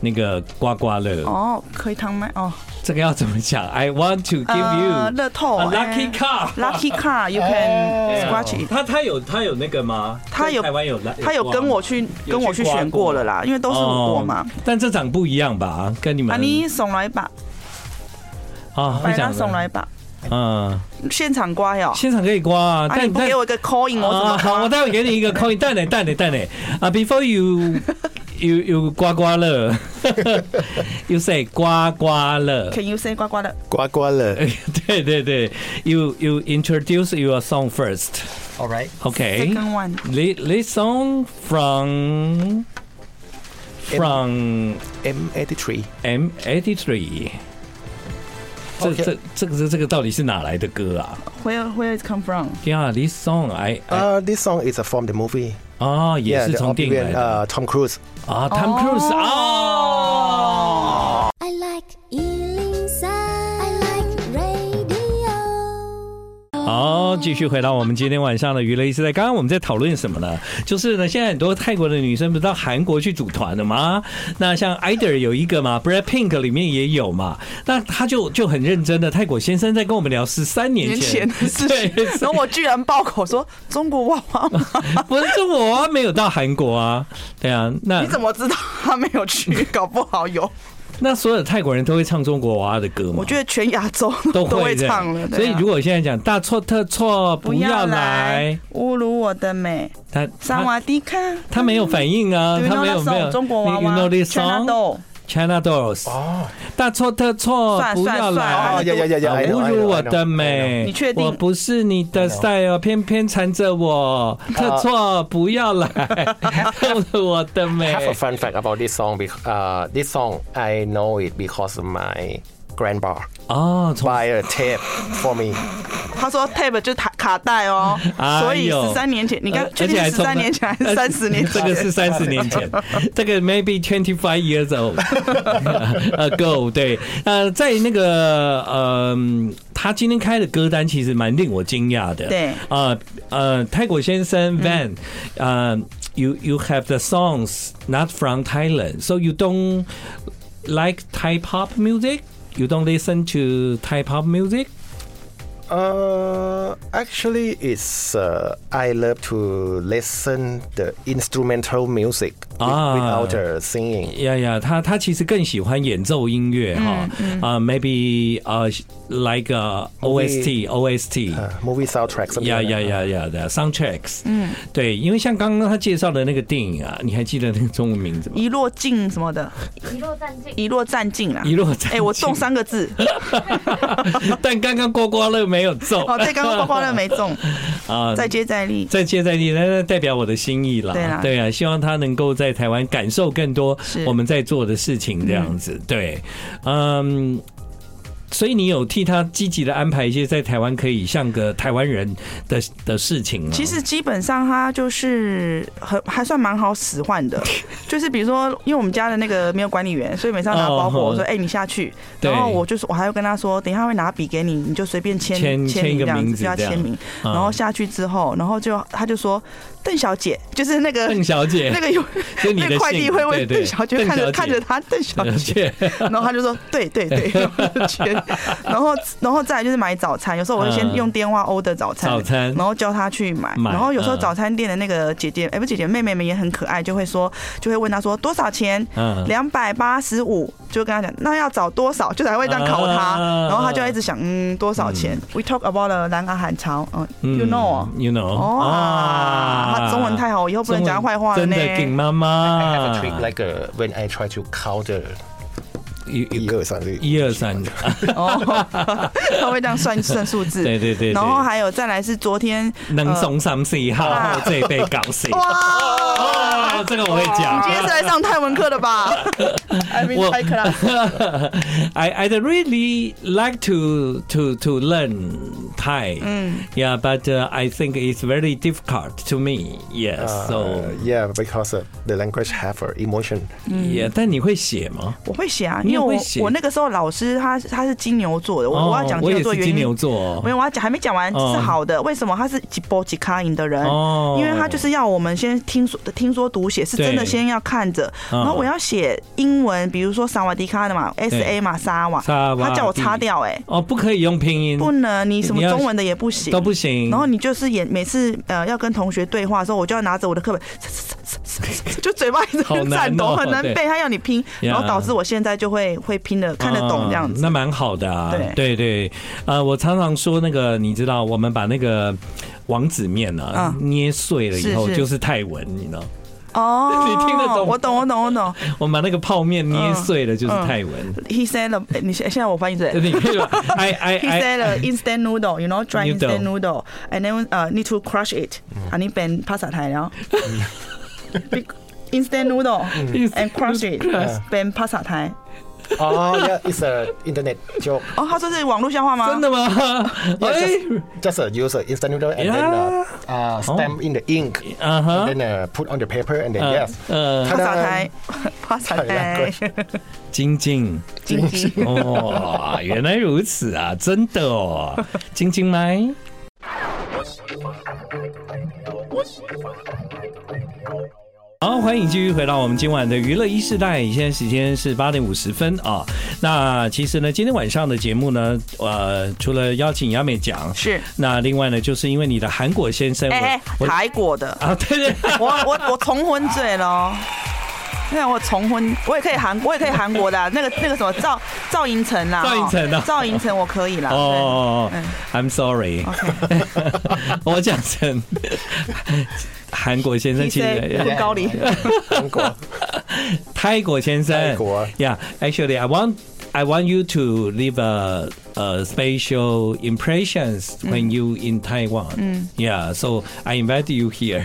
[SPEAKER 1] 那个刮刮乐，
[SPEAKER 2] 哦，可以汤吗？哦，
[SPEAKER 1] 这个要怎么讲？I want to give you、
[SPEAKER 2] 呃乐透
[SPEAKER 1] a
[SPEAKER 2] 哎
[SPEAKER 1] 啊 lucky car。
[SPEAKER 2] lucky car you can scratch it。
[SPEAKER 1] 他他哎有啊他有那个吗？
[SPEAKER 2] 他有
[SPEAKER 1] 在台湾有来
[SPEAKER 2] 他有跟我去
[SPEAKER 1] 有
[SPEAKER 2] 跟我去
[SPEAKER 1] 去刮
[SPEAKER 2] 选过了啦，因为都是我过嘛。
[SPEAKER 1] 哦但这场不一样吧？跟你们
[SPEAKER 2] 啊，你送来吧，
[SPEAKER 1] 啊，
[SPEAKER 2] 把
[SPEAKER 1] 会
[SPEAKER 2] 他
[SPEAKER 1] 讲的
[SPEAKER 2] 送来吧，
[SPEAKER 1] 嗯，
[SPEAKER 2] 现场刮哟。
[SPEAKER 1] 现场可以刮啊，
[SPEAKER 2] 啊，
[SPEAKER 1] 但
[SPEAKER 2] 你不
[SPEAKER 1] 但
[SPEAKER 2] 给我一个 call in，我怎么
[SPEAKER 1] 啊、好，我
[SPEAKER 2] 刮？
[SPEAKER 1] 待会给你一个 coin，蛋呢蛋呢蛋呢啊，before you you you 刮刮乐 ，you say 刮刮乐。
[SPEAKER 2] Can you say 刮刮乐？
[SPEAKER 3] 刮刮乐。
[SPEAKER 1] 对对对，you you introduce your song first.
[SPEAKER 3] All right.
[SPEAKER 1] Okay.
[SPEAKER 2] Second one.
[SPEAKER 1] This this song from from
[SPEAKER 3] M83.
[SPEAKER 1] M 8 3这
[SPEAKER 3] Okay.
[SPEAKER 1] 这这个这个到底是哪来的歌啊
[SPEAKER 2] Where Where it come from？
[SPEAKER 1] ？Yeah, this song I, I
[SPEAKER 3] Uh, this song is uh, from the movie.
[SPEAKER 1] 哦也
[SPEAKER 3] Uh, Yeah,
[SPEAKER 1] 是
[SPEAKER 3] the
[SPEAKER 1] 从电影
[SPEAKER 3] Oblivion,
[SPEAKER 1] 来的
[SPEAKER 3] uh, Tom Cruise.
[SPEAKER 1] 啊，Tom Cruise 哦。
[SPEAKER 4] I like Ealing Sound. I like radio.
[SPEAKER 1] 好，继续回到我们今天晚上的娱乐一时代。刚刚我们在讨论什么呢？就是呢，现在很多泰国的女生不是到韩国去组团了吗？那像 IDOL 有一个嘛，BLACKPINK 里面也有嘛。那他就就很认真的，泰国先生在跟我们聊十三年
[SPEAKER 2] 年前
[SPEAKER 1] 前
[SPEAKER 2] 的事情
[SPEAKER 1] 对，
[SPEAKER 2] 然后我居然爆口说中国娃娃 吗，
[SPEAKER 1] 不是我啊，没有到韩国啊。对啊，那
[SPEAKER 2] 你怎么知道他没有去？搞不好有。
[SPEAKER 1] 那所有的泰国人都会唱中国娃娃的歌吗？
[SPEAKER 2] 我觉得全亚洲
[SPEAKER 1] 都
[SPEAKER 2] 都
[SPEAKER 1] 会
[SPEAKER 2] 会
[SPEAKER 1] 这样
[SPEAKER 2] 唱了，对啊
[SPEAKER 1] 所以如果现在讲大错特错，不要来，
[SPEAKER 2] 侮辱我的美，
[SPEAKER 1] 他
[SPEAKER 2] 萨
[SPEAKER 1] 他
[SPEAKER 2] 瓦迪卡。
[SPEAKER 1] 他没有反应啊，
[SPEAKER 2] Do you
[SPEAKER 1] 他
[SPEAKER 2] know
[SPEAKER 1] 没有
[SPEAKER 2] that
[SPEAKER 1] 没
[SPEAKER 2] song？
[SPEAKER 1] 有。
[SPEAKER 2] 中国娃
[SPEAKER 1] You
[SPEAKER 2] 娃
[SPEAKER 1] know this
[SPEAKER 2] China
[SPEAKER 1] song？
[SPEAKER 2] Doll，
[SPEAKER 1] China Dolls，
[SPEAKER 3] Oh.
[SPEAKER 1] 大错特错，
[SPEAKER 2] 算
[SPEAKER 1] 不要
[SPEAKER 2] 算算
[SPEAKER 1] 来
[SPEAKER 2] 哎
[SPEAKER 3] Oh,。yeah, Oh, yeah, yeah, yeah.
[SPEAKER 1] 啊
[SPEAKER 3] I know,
[SPEAKER 1] 侮辱
[SPEAKER 3] I know, I
[SPEAKER 1] 我
[SPEAKER 3] know,
[SPEAKER 1] 的
[SPEAKER 3] I
[SPEAKER 1] 美，
[SPEAKER 2] 你确定
[SPEAKER 1] 我不是你的 style，偏偏缠着我，特错不要来，侮辱我的
[SPEAKER 3] know.
[SPEAKER 1] 美
[SPEAKER 3] Have a fun fact about this song. bec- Uh, this song, I know it because of my grandpa
[SPEAKER 1] 哦，从
[SPEAKER 3] buy a tape for me.
[SPEAKER 2] 他说 tape 就是卡卡带哦，
[SPEAKER 1] 哎呦
[SPEAKER 2] 所以十三年前，你看
[SPEAKER 1] 呃
[SPEAKER 2] 确定是十三年前还是三十年
[SPEAKER 1] 这
[SPEAKER 2] 前？
[SPEAKER 1] 个 是三十年前，这个 maybe twenty five years old ago。对，呃，在那个呃，他今天开的歌单其实蛮令我惊讶的。
[SPEAKER 2] 对嗯
[SPEAKER 1] 呃呃，泰国先生 Van，呃，you you have the songs not from Thailand, so you don't like Thai pop music. You don't listen to Thai pop music.
[SPEAKER 3] Uh, actually, it's uh, I love to listen the instrumental music wi-
[SPEAKER 1] Ah.
[SPEAKER 3] without uh, singing.
[SPEAKER 1] 呀呀，他他其实更喜欢演奏音乐哈，啊，maybe 呃，like 啊 a OST OST。
[SPEAKER 3] Uh, movie soundtrack. something
[SPEAKER 1] 呀
[SPEAKER 3] like
[SPEAKER 1] 呀
[SPEAKER 3] that.
[SPEAKER 1] 呀呀的啊 soundtracks，嗯，对，因为像刚刚他介绍的那个电影啊，你还记得那个中文名字吗？
[SPEAKER 2] 一落尽什么的，一落占尽啦。
[SPEAKER 1] 一落在
[SPEAKER 2] 哎，我中三 个字，
[SPEAKER 1] 但刚刚刮刮乐没有中
[SPEAKER 2] 哦，对，刚刚刮刮乐没中，
[SPEAKER 1] 啊，
[SPEAKER 2] 再接再厉。
[SPEAKER 1] 再接再厉，那那代表我的心意啦。
[SPEAKER 2] 对啦
[SPEAKER 1] 啊，希望他能够在台湾感受更多
[SPEAKER 2] 是
[SPEAKER 1] 我们在做的事情，这样子。对，嗯。所以你有替他积极的安排一些在台湾可以像个台湾人的的事情吗？
[SPEAKER 2] 其实基本上他就是很还算蛮好使 唤的，就是比如说，因为我们家的那个没有管理员，所以每次要拿包裹，
[SPEAKER 1] 哦
[SPEAKER 2] 我说：“哎、你下去。”
[SPEAKER 1] 对
[SPEAKER 2] 然后我就是我还要跟他说：“等一下会拿笔给你，你就随便签
[SPEAKER 1] 签签一
[SPEAKER 2] 名
[SPEAKER 1] 个
[SPEAKER 2] 这样
[SPEAKER 1] 名
[SPEAKER 2] 子，
[SPEAKER 1] 字
[SPEAKER 2] 就要
[SPEAKER 1] 这样
[SPEAKER 2] 签名。”
[SPEAKER 1] 嗯
[SPEAKER 2] 然后下去之后，然后就他就说：“邓小姐，就是那个
[SPEAKER 1] 邓小姐，
[SPEAKER 2] 那个有
[SPEAKER 1] 就是你
[SPEAKER 2] 那
[SPEAKER 1] 的
[SPEAKER 2] 个快
[SPEAKER 1] 姓
[SPEAKER 2] 递会
[SPEAKER 1] 对
[SPEAKER 2] 问
[SPEAKER 1] 对
[SPEAKER 2] 邓小姐，
[SPEAKER 1] 邓
[SPEAKER 2] 看
[SPEAKER 1] 小
[SPEAKER 2] 着
[SPEAKER 1] 姐
[SPEAKER 2] 看着他邓小
[SPEAKER 1] 而
[SPEAKER 2] 姐。”
[SPEAKER 1] 且
[SPEAKER 2] 然后他就说对对 对，然后就签然后然后再来就是买早餐，有时候我会先
[SPEAKER 1] 嗯
[SPEAKER 2] 用电话 order 早餐，
[SPEAKER 1] 早餐
[SPEAKER 2] 然后叫他去买，
[SPEAKER 1] 买
[SPEAKER 2] 然后有时候
[SPEAKER 1] 嗯
[SPEAKER 2] 早餐店的那个姐姐，哎不姐姐妹妹们也很可爱，就会说就会问他说多少钱，
[SPEAKER 1] 嗯
[SPEAKER 2] 两百八十五，就跟他讲那要找多少，就才会这样考他，
[SPEAKER 1] 啊
[SPEAKER 2] 然后他就一直想嗯多少钱，We talk about the 南阿汉朝，嗯
[SPEAKER 1] 嗯
[SPEAKER 2] ，You know。
[SPEAKER 1] you know，
[SPEAKER 2] 哦啊，他中文太好，我以后不能讲他坏话了
[SPEAKER 1] 中文
[SPEAKER 2] 呢。
[SPEAKER 1] 真的，给妈
[SPEAKER 3] I have a
[SPEAKER 1] 妈
[SPEAKER 3] trick like uh, when I try to count the
[SPEAKER 1] 一一
[SPEAKER 3] 一
[SPEAKER 1] 个
[SPEAKER 3] 二三这个
[SPEAKER 1] 一二 三，
[SPEAKER 2] 哦，他会这样算算数字，
[SPEAKER 1] 对对对对
[SPEAKER 2] 然后还有再来是昨天
[SPEAKER 1] 能送三四 号，这被搞死。
[SPEAKER 2] 哇，
[SPEAKER 1] 哦，这个我会
[SPEAKER 2] 你
[SPEAKER 1] 讲
[SPEAKER 2] 今。天是来上泰文课的吧 ？I mean
[SPEAKER 1] 我
[SPEAKER 2] Thai class
[SPEAKER 1] I I'd really like to to to learn Thai. Yeah, but uh, I think it's very difficult to me. Yeah,
[SPEAKER 2] Ah,
[SPEAKER 3] Uh,
[SPEAKER 1] so
[SPEAKER 3] yeah, because uh, the language have uh, emotion.
[SPEAKER 1] yeah. 但你会写吗？
[SPEAKER 2] 我会写啊，
[SPEAKER 1] 你
[SPEAKER 2] 因
[SPEAKER 1] 也
[SPEAKER 2] 为
[SPEAKER 1] 会
[SPEAKER 2] 我
[SPEAKER 1] 写
[SPEAKER 2] 我那个时候老师他他是金牛座的，我、
[SPEAKER 1] 哦
[SPEAKER 2] 我要讲金
[SPEAKER 1] 我
[SPEAKER 2] 牛
[SPEAKER 1] 也
[SPEAKER 2] 座
[SPEAKER 1] 是
[SPEAKER 2] 原
[SPEAKER 1] 金
[SPEAKER 2] 因
[SPEAKER 1] 牛座哦
[SPEAKER 2] 没有，我要讲还没讲完
[SPEAKER 1] 哦
[SPEAKER 2] 是好的，为什么他是几波几卡赢的人？
[SPEAKER 1] 哦
[SPEAKER 2] 因为他就是要我们先听说听说读写是真的
[SPEAKER 1] 对
[SPEAKER 2] 先要看着，
[SPEAKER 1] 嗯
[SPEAKER 2] 然后我要写英文，比如说萨瓦迪卡的嘛，S A 嘛，萨瓦，
[SPEAKER 1] 萨瓦
[SPEAKER 2] 他叫我
[SPEAKER 1] 迪
[SPEAKER 2] 擦掉、哎，
[SPEAKER 1] 哦，不可以用拼音，
[SPEAKER 2] 不能，你什么
[SPEAKER 1] 你要
[SPEAKER 2] 中文的也不行，
[SPEAKER 1] 都不行。
[SPEAKER 2] 然后你就是也每次呃要跟同学对话的时候，我就要拿着我的课本，就嘴巴一直
[SPEAKER 1] 好
[SPEAKER 2] 很
[SPEAKER 1] 难
[SPEAKER 2] 颤抖，
[SPEAKER 1] 哦
[SPEAKER 2] 很难
[SPEAKER 1] 对
[SPEAKER 2] 背，他要你拼，
[SPEAKER 1] 呀
[SPEAKER 2] 然后导致我现在就会会拼的看得懂这样
[SPEAKER 1] 嗯
[SPEAKER 2] 子。
[SPEAKER 1] 那蛮好的啊。对
[SPEAKER 2] 对
[SPEAKER 1] 对，呃，我常常说那个，你知道，我们把那个王子面呢、啊捏碎了以后，
[SPEAKER 2] 嗯是是
[SPEAKER 1] 就是泰文，你知道，
[SPEAKER 2] 哦，
[SPEAKER 1] 你听得懂吗
[SPEAKER 2] 我懂，我懂，我懂。
[SPEAKER 1] 我们把那个泡面
[SPEAKER 2] 嗯
[SPEAKER 1] 捏碎了，就是泰文。
[SPEAKER 2] He said，了诶你现现在我翻译出来。
[SPEAKER 1] 你可以 哎吧？I I
[SPEAKER 2] He said
[SPEAKER 1] I
[SPEAKER 2] a instant noodle, you know, dry
[SPEAKER 1] Noodle.
[SPEAKER 2] instant noodle, and then uh need to crush it. 啊，你变ภาษาไทยแล้ว Big instant noodle and crush it เป็นภาษาไทย
[SPEAKER 3] Oh yeah, it's a internet joke.
[SPEAKER 2] 哦，他说是网络笑话吗？
[SPEAKER 1] 真的 吗？哎
[SPEAKER 3] Yeah, just, just uh, use uh, instant noodle and then uh, uh, stamp in the ink,
[SPEAKER 1] 啊哈
[SPEAKER 3] and then uh, put on the paper, and then yes.
[SPEAKER 1] 呃，
[SPEAKER 2] ภา
[SPEAKER 3] Ta-da.
[SPEAKER 2] ษาไทย ภาษาไทย
[SPEAKER 1] 晶晶
[SPEAKER 2] 晶晶。
[SPEAKER 1] 哦，原来如此啊，真的哦，晶晶来。好，欢迎继续回到我们今晚的娱乐一世代，现在时间是八点五十分啊。那其实呢，今天晚上的节目呢，呃，除了邀请亚美讲，
[SPEAKER 2] 是
[SPEAKER 1] 那另外呢，就是因为你的韩国先生，
[SPEAKER 2] 哎、
[SPEAKER 1] 我我
[SPEAKER 2] 台果的，
[SPEAKER 1] 啊，对对，
[SPEAKER 2] 我我我重婚罪了哦。那啊我重婚，我也可以韩，我也可以韩国的啊、那个那个什么赵赵寅成啦，
[SPEAKER 1] 赵寅成啊
[SPEAKER 2] 哦赵寅成我可 以啦。哦，
[SPEAKER 1] 哦
[SPEAKER 2] 嗯
[SPEAKER 1] ，I'm sorry，我 讲成韩国先生，
[SPEAKER 2] 一
[SPEAKER 1] 其
[SPEAKER 2] 些
[SPEAKER 1] 实
[SPEAKER 2] 婚高龄，
[SPEAKER 3] 韩国。
[SPEAKER 1] 泰国先生，
[SPEAKER 3] 泰国
[SPEAKER 1] ，Yeah，actually I want I want you to leave a a special impressions
[SPEAKER 2] Mm
[SPEAKER 1] when you in Taiwan. Yeah，so I invite you here.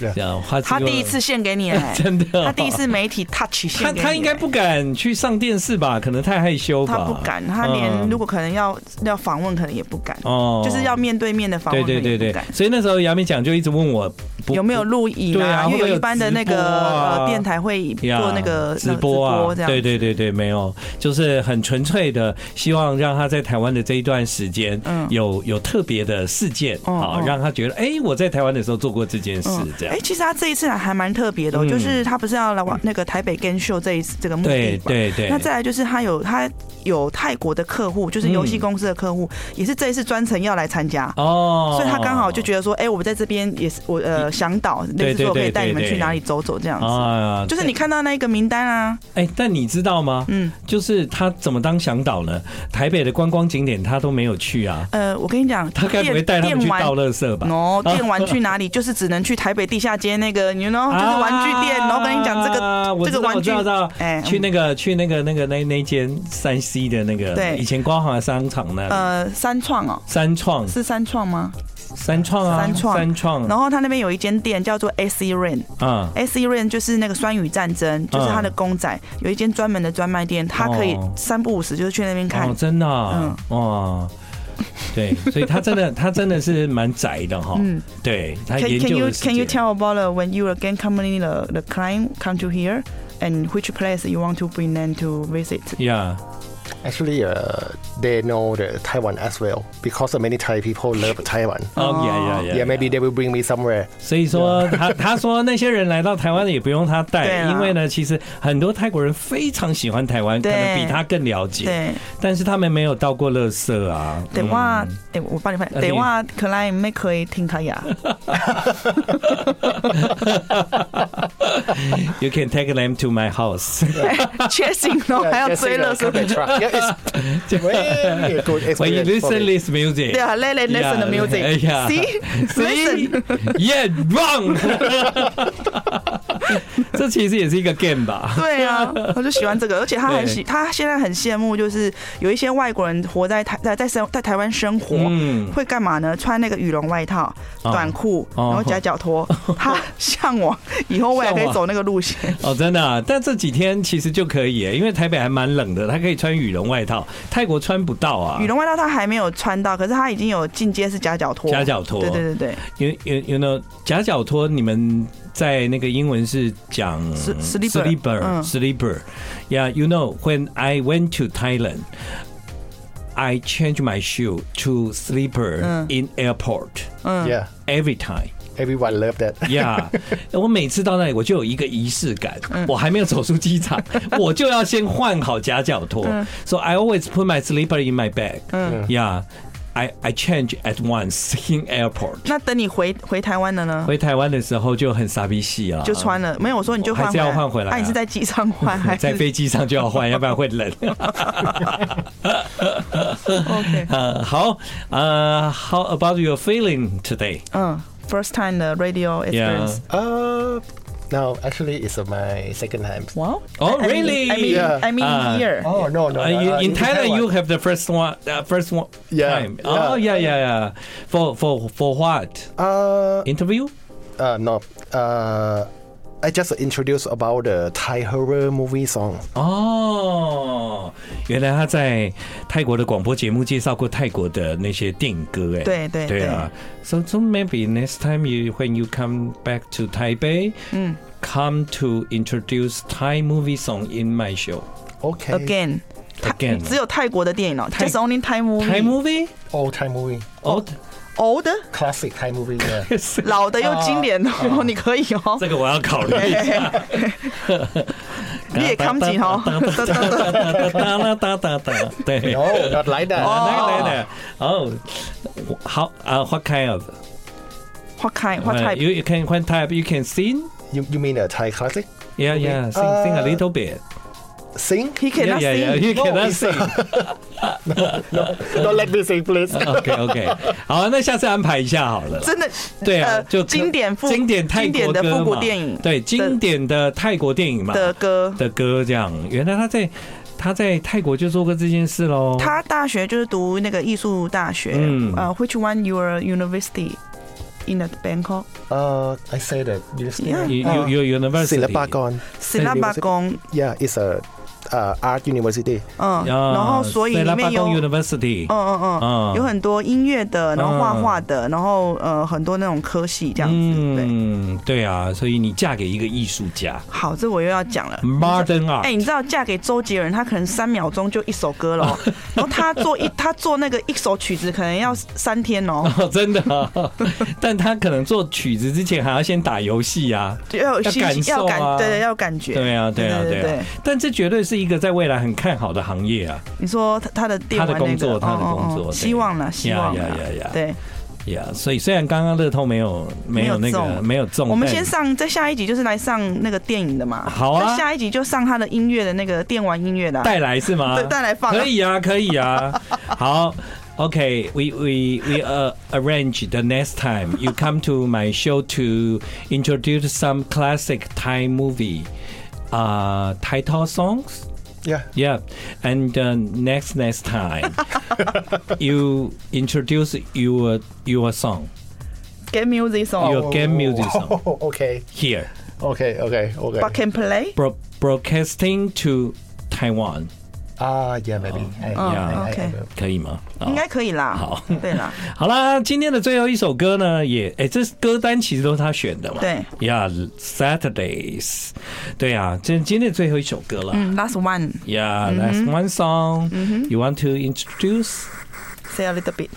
[SPEAKER 3] Yeah.
[SPEAKER 1] Yeah，what's
[SPEAKER 2] 他
[SPEAKER 1] your-
[SPEAKER 2] 第一次献给你、哎
[SPEAKER 1] 真的哦
[SPEAKER 2] 他第一次媒体 touch 献
[SPEAKER 1] 他
[SPEAKER 2] 给你、
[SPEAKER 1] 他应该
[SPEAKER 2] 哎
[SPEAKER 1] 不敢去上电视吧？可能太害羞吧。嗯
[SPEAKER 2] 他不敢，他连如果可能要要访问，可能也不敢，
[SPEAKER 1] 哦
[SPEAKER 2] 就是要面对面的访
[SPEAKER 1] 对
[SPEAKER 2] 问，可
[SPEAKER 1] 对
[SPEAKER 2] 能
[SPEAKER 1] 对
[SPEAKER 2] 也不
[SPEAKER 1] 对
[SPEAKER 2] 敢，。
[SPEAKER 1] 所以那时候杨明讲就一直问我不
[SPEAKER 2] 有没有录影
[SPEAKER 1] 对啊
[SPEAKER 2] 因
[SPEAKER 1] 会不
[SPEAKER 2] 为
[SPEAKER 1] 会
[SPEAKER 2] 有
[SPEAKER 1] 有
[SPEAKER 2] 一般的那
[SPEAKER 1] 直播
[SPEAKER 2] 个
[SPEAKER 1] 啊
[SPEAKER 2] 呃电台会
[SPEAKER 1] 呀
[SPEAKER 2] 做那个呃
[SPEAKER 1] 直播
[SPEAKER 2] 直
[SPEAKER 1] 啊
[SPEAKER 2] 播，这样
[SPEAKER 1] 对对对对，没有，就是很纯粹的，希望让他在台湾的这一段时间，
[SPEAKER 2] 嗯
[SPEAKER 1] 有有特别的事件，
[SPEAKER 2] 嗯
[SPEAKER 1] 好
[SPEAKER 2] 嗯
[SPEAKER 1] 让他觉得，哎，我在台湾的时候做过这件事，这样嗯
[SPEAKER 2] 哎、，其实他这一次来还蛮特别的、哦，就是他不是要来往那个台北 Gen Show 这一次这个目的
[SPEAKER 1] 对
[SPEAKER 2] 嘛？
[SPEAKER 1] 对对
[SPEAKER 2] 那，再来就是他有他有泰国的客户，就是游戏公司的客户，也是这一次专程要来参加。
[SPEAKER 1] 嗯哦，
[SPEAKER 2] 所以他刚好就觉得说，哎、我在这边也是我呃想导，类似
[SPEAKER 1] 对对
[SPEAKER 2] 说可
[SPEAKER 1] 对
[SPEAKER 2] 以带你们
[SPEAKER 1] 对对
[SPEAKER 2] 去哪里走走这样子。
[SPEAKER 1] 啊
[SPEAKER 2] 就是你看到那个名单啊，
[SPEAKER 1] 哎，但你知道吗？
[SPEAKER 2] 嗯，
[SPEAKER 1] 就是他怎么当向导呢？台北的观光景点他都没有去啊，
[SPEAKER 2] 呃，我跟你讲，
[SPEAKER 1] 他该不会带他们去
[SPEAKER 2] 电玩
[SPEAKER 1] 倒垃圾吧？
[SPEAKER 2] 哦，电玩具哪里就是只能去台北地下街那个，你 know 哦就是玩具店。然后跟你讲这个，
[SPEAKER 1] 个
[SPEAKER 2] 这个玩具
[SPEAKER 1] 啊我知道，我知道
[SPEAKER 2] 哎
[SPEAKER 1] 去那个去那个那个那那间三 C 的那个，
[SPEAKER 2] 对
[SPEAKER 1] 以前光华商场那里
[SPEAKER 2] 呃，三创哦，
[SPEAKER 1] 三创
[SPEAKER 2] 是三创吗？
[SPEAKER 1] 三创啊，
[SPEAKER 2] 三创
[SPEAKER 1] 三创，
[SPEAKER 2] 然后他那边有一间店叫做 S E Rain。
[SPEAKER 1] 啊
[SPEAKER 2] S E Rain 就是那个酸雨战
[SPEAKER 1] 嗯
[SPEAKER 2] 争，就是他的公仔，有一间专门的专卖店，他可以
[SPEAKER 1] 哦
[SPEAKER 2] 三不五时就是去那边看嗯
[SPEAKER 1] 哦，。真的啊，哇。对，所以他真 的，他真的是蛮宅的哈。嗯，对他
[SPEAKER 2] Can
[SPEAKER 1] 研
[SPEAKER 2] can
[SPEAKER 1] 究
[SPEAKER 2] you
[SPEAKER 1] 的世
[SPEAKER 2] can you
[SPEAKER 1] 界。
[SPEAKER 2] tell about the, when you again company the the client come to here and which place you want to bring them to visit?
[SPEAKER 1] Yeah,
[SPEAKER 3] Actually, uh, they know the Taiwan as well because many Thai people love Taiwan.
[SPEAKER 2] 哦
[SPEAKER 1] oh yeah, yeah, yeah.
[SPEAKER 3] Yeah, maybe they will bring me somewhere.
[SPEAKER 1] 所以说他他说那些人来到台湾的也不用他
[SPEAKER 2] 对
[SPEAKER 1] 带，
[SPEAKER 2] 啊
[SPEAKER 1] 因为呢，其实很多泰国人非常喜欢台湾，可
[SPEAKER 2] 对
[SPEAKER 1] 能比他更了解，
[SPEAKER 2] 对
[SPEAKER 1] 但是他们没有到过乐色啊。
[SPEAKER 2] 对哇，哎，我帮你翻
[SPEAKER 1] 啊
[SPEAKER 2] 译，
[SPEAKER 1] 你
[SPEAKER 2] 对哇，可能没可以听他呀。
[SPEAKER 1] You can take them to my house.
[SPEAKER 2] 确信哦，还
[SPEAKER 3] Yeah,
[SPEAKER 2] 要
[SPEAKER 3] just uh,
[SPEAKER 2] 追
[SPEAKER 3] in a
[SPEAKER 2] 乐色。
[SPEAKER 3] carpet truck. Yeah, it's really good
[SPEAKER 1] When you
[SPEAKER 3] experience for
[SPEAKER 1] listen
[SPEAKER 3] me.
[SPEAKER 1] this music,
[SPEAKER 2] 对啊，let let listen the music.
[SPEAKER 1] Yeah, yeah.
[SPEAKER 2] See,
[SPEAKER 1] See?
[SPEAKER 2] listen.
[SPEAKER 1] yeah, wrong. 这其实也是一个 game 吧？
[SPEAKER 2] 对 啊，我就喜欢这个，而且他很喜，
[SPEAKER 1] 对
[SPEAKER 2] 他现在很羡慕，就是有一些外国人活在台在在生在台湾生活，
[SPEAKER 1] 嗯，
[SPEAKER 2] 会干嘛呢？穿那个羽绒外套、
[SPEAKER 1] 哦
[SPEAKER 2] 短裤，
[SPEAKER 1] 哦
[SPEAKER 2] 然后夹脚 拖。他向往以后未来可以走那个路线，
[SPEAKER 1] 哦，真的、啊，但这几天其实就可以耶，因为台北还蛮冷的，他可以穿羽绒外套，泰国穿不到啊
[SPEAKER 2] 羽。绒外套他还没有穿到，可是他已经有进阶是夹脚拖。
[SPEAKER 1] 夹脚拖，啊
[SPEAKER 2] 对对对对，
[SPEAKER 1] You you you know，夹脚拖，你们在那个英文是讲
[SPEAKER 2] S- sleeper，
[SPEAKER 1] sleeper
[SPEAKER 2] 嗯
[SPEAKER 1] sleeper。Yeah, you know when I went to Thailand, I changed my shoe to sleeper
[SPEAKER 2] 嗯
[SPEAKER 1] in airport
[SPEAKER 2] 嗯
[SPEAKER 3] Yeah,
[SPEAKER 1] every time.
[SPEAKER 3] everyone love that.
[SPEAKER 1] Yeah，我 每次到那里我就有一个仪式感，
[SPEAKER 2] 嗯
[SPEAKER 1] 我还没有走出机场，我就要先换好夹脚拖。So I always put my sleeper in my bag.
[SPEAKER 2] 嗯
[SPEAKER 1] Yeah, I I change at once in airport.
[SPEAKER 2] 那等你回回台湾了呢？
[SPEAKER 1] 回台湾的时候就很傻逼戏啊，
[SPEAKER 2] 就穿了，没有我说你就换
[SPEAKER 1] 还是要换回来啊
[SPEAKER 2] 那、你是在机上 换还是
[SPEAKER 1] 在飞机上就要换，要不然会冷。
[SPEAKER 2] ？OK，
[SPEAKER 1] 呃，好，呃，How about your feeling today？
[SPEAKER 2] 嗯，first time 的 radio experience。
[SPEAKER 3] Uh, no, actually, it's uh, my second time.
[SPEAKER 2] Wow.
[SPEAKER 1] Oh,
[SPEAKER 2] I- I mean-
[SPEAKER 1] really?
[SPEAKER 2] I mean,
[SPEAKER 3] Yeah.
[SPEAKER 2] I mean
[SPEAKER 1] Ah.
[SPEAKER 2] here.
[SPEAKER 3] Oh no, no.
[SPEAKER 1] Uh,
[SPEAKER 3] no,
[SPEAKER 1] you,
[SPEAKER 3] uh,
[SPEAKER 1] in Thailand, you have the first one, uh, first one
[SPEAKER 3] Yeah,
[SPEAKER 1] time.
[SPEAKER 3] yeah.
[SPEAKER 1] Oh, yeah, yeah, yeah. For for for what
[SPEAKER 3] Uh,
[SPEAKER 1] interview?
[SPEAKER 3] uh, no. Uh, I just introduced about the Thai horror movie song.
[SPEAKER 1] 哦，原来他在泰国的广播节目介绍过泰国的那些电影歌，哎，
[SPEAKER 2] 对对
[SPEAKER 1] 对啊。So so maybe next time you when you come back to Taipei,
[SPEAKER 2] 嗯
[SPEAKER 1] come to introduce Thai movie song in my show.
[SPEAKER 3] Okay.
[SPEAKER 2] ，Again，泰
[SPEAKER 1] Again
[SPEAKER 2] 只有泰国的电影哦
[SPEAKER 1] 泰
[SPEAKER 2] ，Just only Thai movie。
[SPEAKER 1] Thai movie?
[SPEAKER 3] Old Thai movie,
[SPEAKER 1] Oh,
[SPEAKER 2] old
[SPEAKER 3] classic Thai movie. Yeah.
[SPEAKER 2] 老的又经典的哦， 你可以哦。
[SPEAKER 1] 啊这个我要考虑一下。
[SPEAKER 2] 你也看不起
[SPEAKER 1] 啊
[SPEAKER 2] 哦
[SPEAKER 1] 哒哒哒哒哒哒， 对。
[SPEAKER 3] no, not like that.
[SPEAKER 1] Oh. 来来来，哦，好啊，What kind of？
[SPEAKER 2] 花开花
[SPEAKER 1] Uh,
[SPEAKER 2] 开
[SPEAKER 1] you you can what type? You can sing?
[SPEAKER 3] You you mean a Thai classic?
[SPEAKER 1] Yeah, yeah, sing sing a little bit.
[SPEAKER 3] Sing?
[SPEAKER 2] ，He
[SPEAKER 1] Yeah, yeah,
[SPEAKER 2] cannot
[SPEAKER 1] yeah.
[SPEAKER 2] Uh, sing。
[SPEAKER 1] You cannot
[SPEAKER 3] it's-
[SPEAKER 1] sing.
[SPEAKER 3] Don't let me sing, please.
[SPEAKER 1] OK OK，好，那下次安排一下好了啦。
[SPEAKER 2] 真的，
[SPEAKER 1] 对啊
[SPEAKER 2] 呃，
[SPEAKER 1] 就
[SPEAKER 2] 经典复
[SPEAKER 1] 经典泰
[SPEAKER 2] 经
[SPEAKER 1] 国
[SPEAKER 2] 典的
[SPEAKER 1] 歌
[SPEAKER 2] 复古
[SPEAKER 1] 嘛
[SPEAKER 2] 电影
[SPEAKER 1] 对啊经典的泰国电影嘛
[SPEAKER 2] 的歌。
[SPEAKER 1] 的歌这样。原来他在他在泰国就做过这件事喽。
[SPEAKER 2] 他大学就是读那个艺术大学，
[SPEAKER 1] 嗯
[SPEAKER 2] 呃，Which one your university in the Bangkok？
[SPEAKER 3] Uh, I say that. You still-
[SPEAKER 2] Yeah.
[SPEAKER 1] You you you university
[SPEAKER 2] ศิลปากร
[SPEAKER 3] Uh, Yeah, it's a uh, art university.
[SPEAKER 2] 嗯，
[SPEAKER 1] 啊
[SPEAKER 2] 然后所以里面有
[SPEAKER 1] Selangor University
[SPEAKER 2] 嗯嗯嗯，
[SPEAKER 1] 啊
[SPEAKER 2] 有很多音乐的，然后画
[SPEAKER 1] 嗯
[SPEAKER 2] 画的，然后呃很多那种科系这样子。对，
[SPEAKER 1] 嗯，对啊，所以你嫁给一个艺术家
[SPEAKER 2] 好，这我又要讲
[SPEAKER 1] 嗯
[SPEAKER 2] 了。
[SPEAKER 1] ，modern art，
[SPEAKER 2] 哎、你知道嫁给周杰伦，他可能三秒钟就一首歌了 哦、然后他做一他做那个一首曲子，可能要三天哦、
[SPEAKER 1] 哦，真的啊、但他可能做曲子之前还要先打游戏啊。
[SPEAKER 2] 就要 有
[SPEAKER 1] 要
[SPEAKER 2] 心情，
[SPEAKER 1] 感
[SPEAKER 2] 要
[SPEAKER 1] 受
[SPEAKER 2] 感
[SPEAKER 1] 啊
[SPEAKER 2] 对对，要有感觉。
[SPEAKER 1] 对啊，对啊，
[SPEAKER 2] 对对
[SPEAKER 1] 对啊，但这绝对是一个在未来很看好的行业啊！
[SPEAKER 2] 你说他他的电玩
[SPEAKER 1] 他的工作
[SPEAKER 2] 那个
[SPEAKER 1] 他的工作
[SPEAKER 2] 哦哦
[SPEAKER 1] 对
[SPEAKER 2] 哦希望了，希望
[SPEAKER 1] 呀呀
[SPEAKER 2] 了
[SPEAKER 1] 呀呀，
[SPEAKER 2] 对。
[SPEAKER 1] 呀、所以虽然刚刚乐透没有没有那
[SPEAKER 2] 没有
[SPEAKER 1] 个
[SPEAKER 2] 中
[SPEAKER 1] 没有中，
[SPEAKER 2] 我们
[SPEAKER 1] 但
[SPEAKER 2] 先上，在下一集就是来上那个电影的嘛。
[SPEAKER 1] 好啊
[SPEAKER 2] 在下一集就上他的音乐的那个电玩音乐的啊、
[SPEAKER 1] 带来是吗？
[SPEAKER 2] 对带来放啊
[SPEAKER 1] 可以啊，可以 啊。好，OK，we、we we uh arrange the next time you come to my show to introduce some classic Thai movie, uh title songs.
[SPEAKER 3] Yeah.
[SPEAKER 1] Yeah, and uh, next next time you introduce your your song,
[SPEAKER 2] Get music song.
[SPEAKER 1] your game music song
[SPEAKER 3] Oh, okay.
[SPEAKER 1] here,
[SPEAKER 3] Okay. Okay. Okay.
[SPEAKER 2] But can play.
[SPEAKER 1] bro- broadcasting to Taiwan.
[SPEAKER 3] Ah, yeah, maybe. I, I, I,
[SPEAKER 2] okay.
[SPEAKER 3] I, will.
[SPEAKER 1] 可以吗？啊
[SPEAKER 2] 应该可以啦。
[SPEAKER 1] 好，
[SPEAKER 2] 对啦，
[SPEAKER 1] 好啦，今天的最后一首歌呢，也哎、这歌单其实都是他选的嘛。
[SPEAKER 2] 对
[SPEAKER 1] 呀、yeah,，Saturdays，对啊，这今天的最后一首歌了。
[SPEAKER 2] 嗯，last Mm-hmm one,
[SPEAKER 1] Yeah, that's one song you want to introduce.
[SPEAKER 2] say a little bit.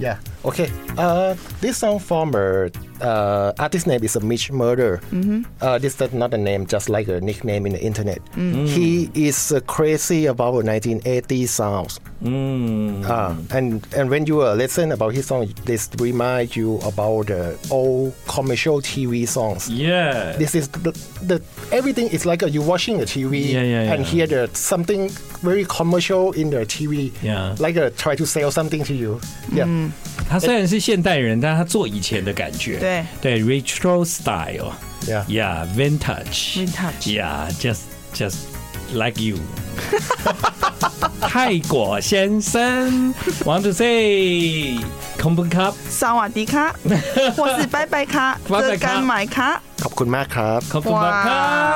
[SPEAKER 3] Yeah. Okay. Uh, this song from uh, uh, artist name is a Mitch Murder. Mm-hmm. Uh, this is not a name, just like a nickname in the internet. He is uh, crazy about 1980 sounds.
[SPEAKER 1] 嗯
[SPEAKER 3] Uh, and and when you uh, listen about his song, this remind you about the old commercial TV songs.
[SPEAKER 1] ，Yeah，
[SPEAKER 3] This is the, the everything is like uh, you watching the TV
[SPEAKER 1] Yeah, yeah,
[SPEAKER 3] and
[SPEAKER 1] yeah.
[SPEAKER 3] hear the something very commercial in the TV.
[SPEAKER 1] Yeah.
[SPEAKER 3] Like uh, try to sell something to you. Yeah.
[SPEAKER 1] 他虽然是现代人，但他做以前的感觉。
[SPEAKER 2] 对
[SPEAKER 1] 对，retro style，yeah
[SPEAKER 3] Yeah.
[SPEAKER 1] vintage，yeah
[SPEAKER 2] Vintage
[SPEAKER 1] just just like you。泰国先生，want to say c o m b o n cup
[SPEAKER 2] 萨瓦迪 卡，或是拜拜卡，
[SPEAKER 1] 拜拜卡
[SPEAKER 2] 遮干买卡。
[SPEAKER 3] ขอบคุณมากครับ
[SPEAKER 1] c o m b o n
[SPEAKER 2] 哇
[SPEAKER 1] cup。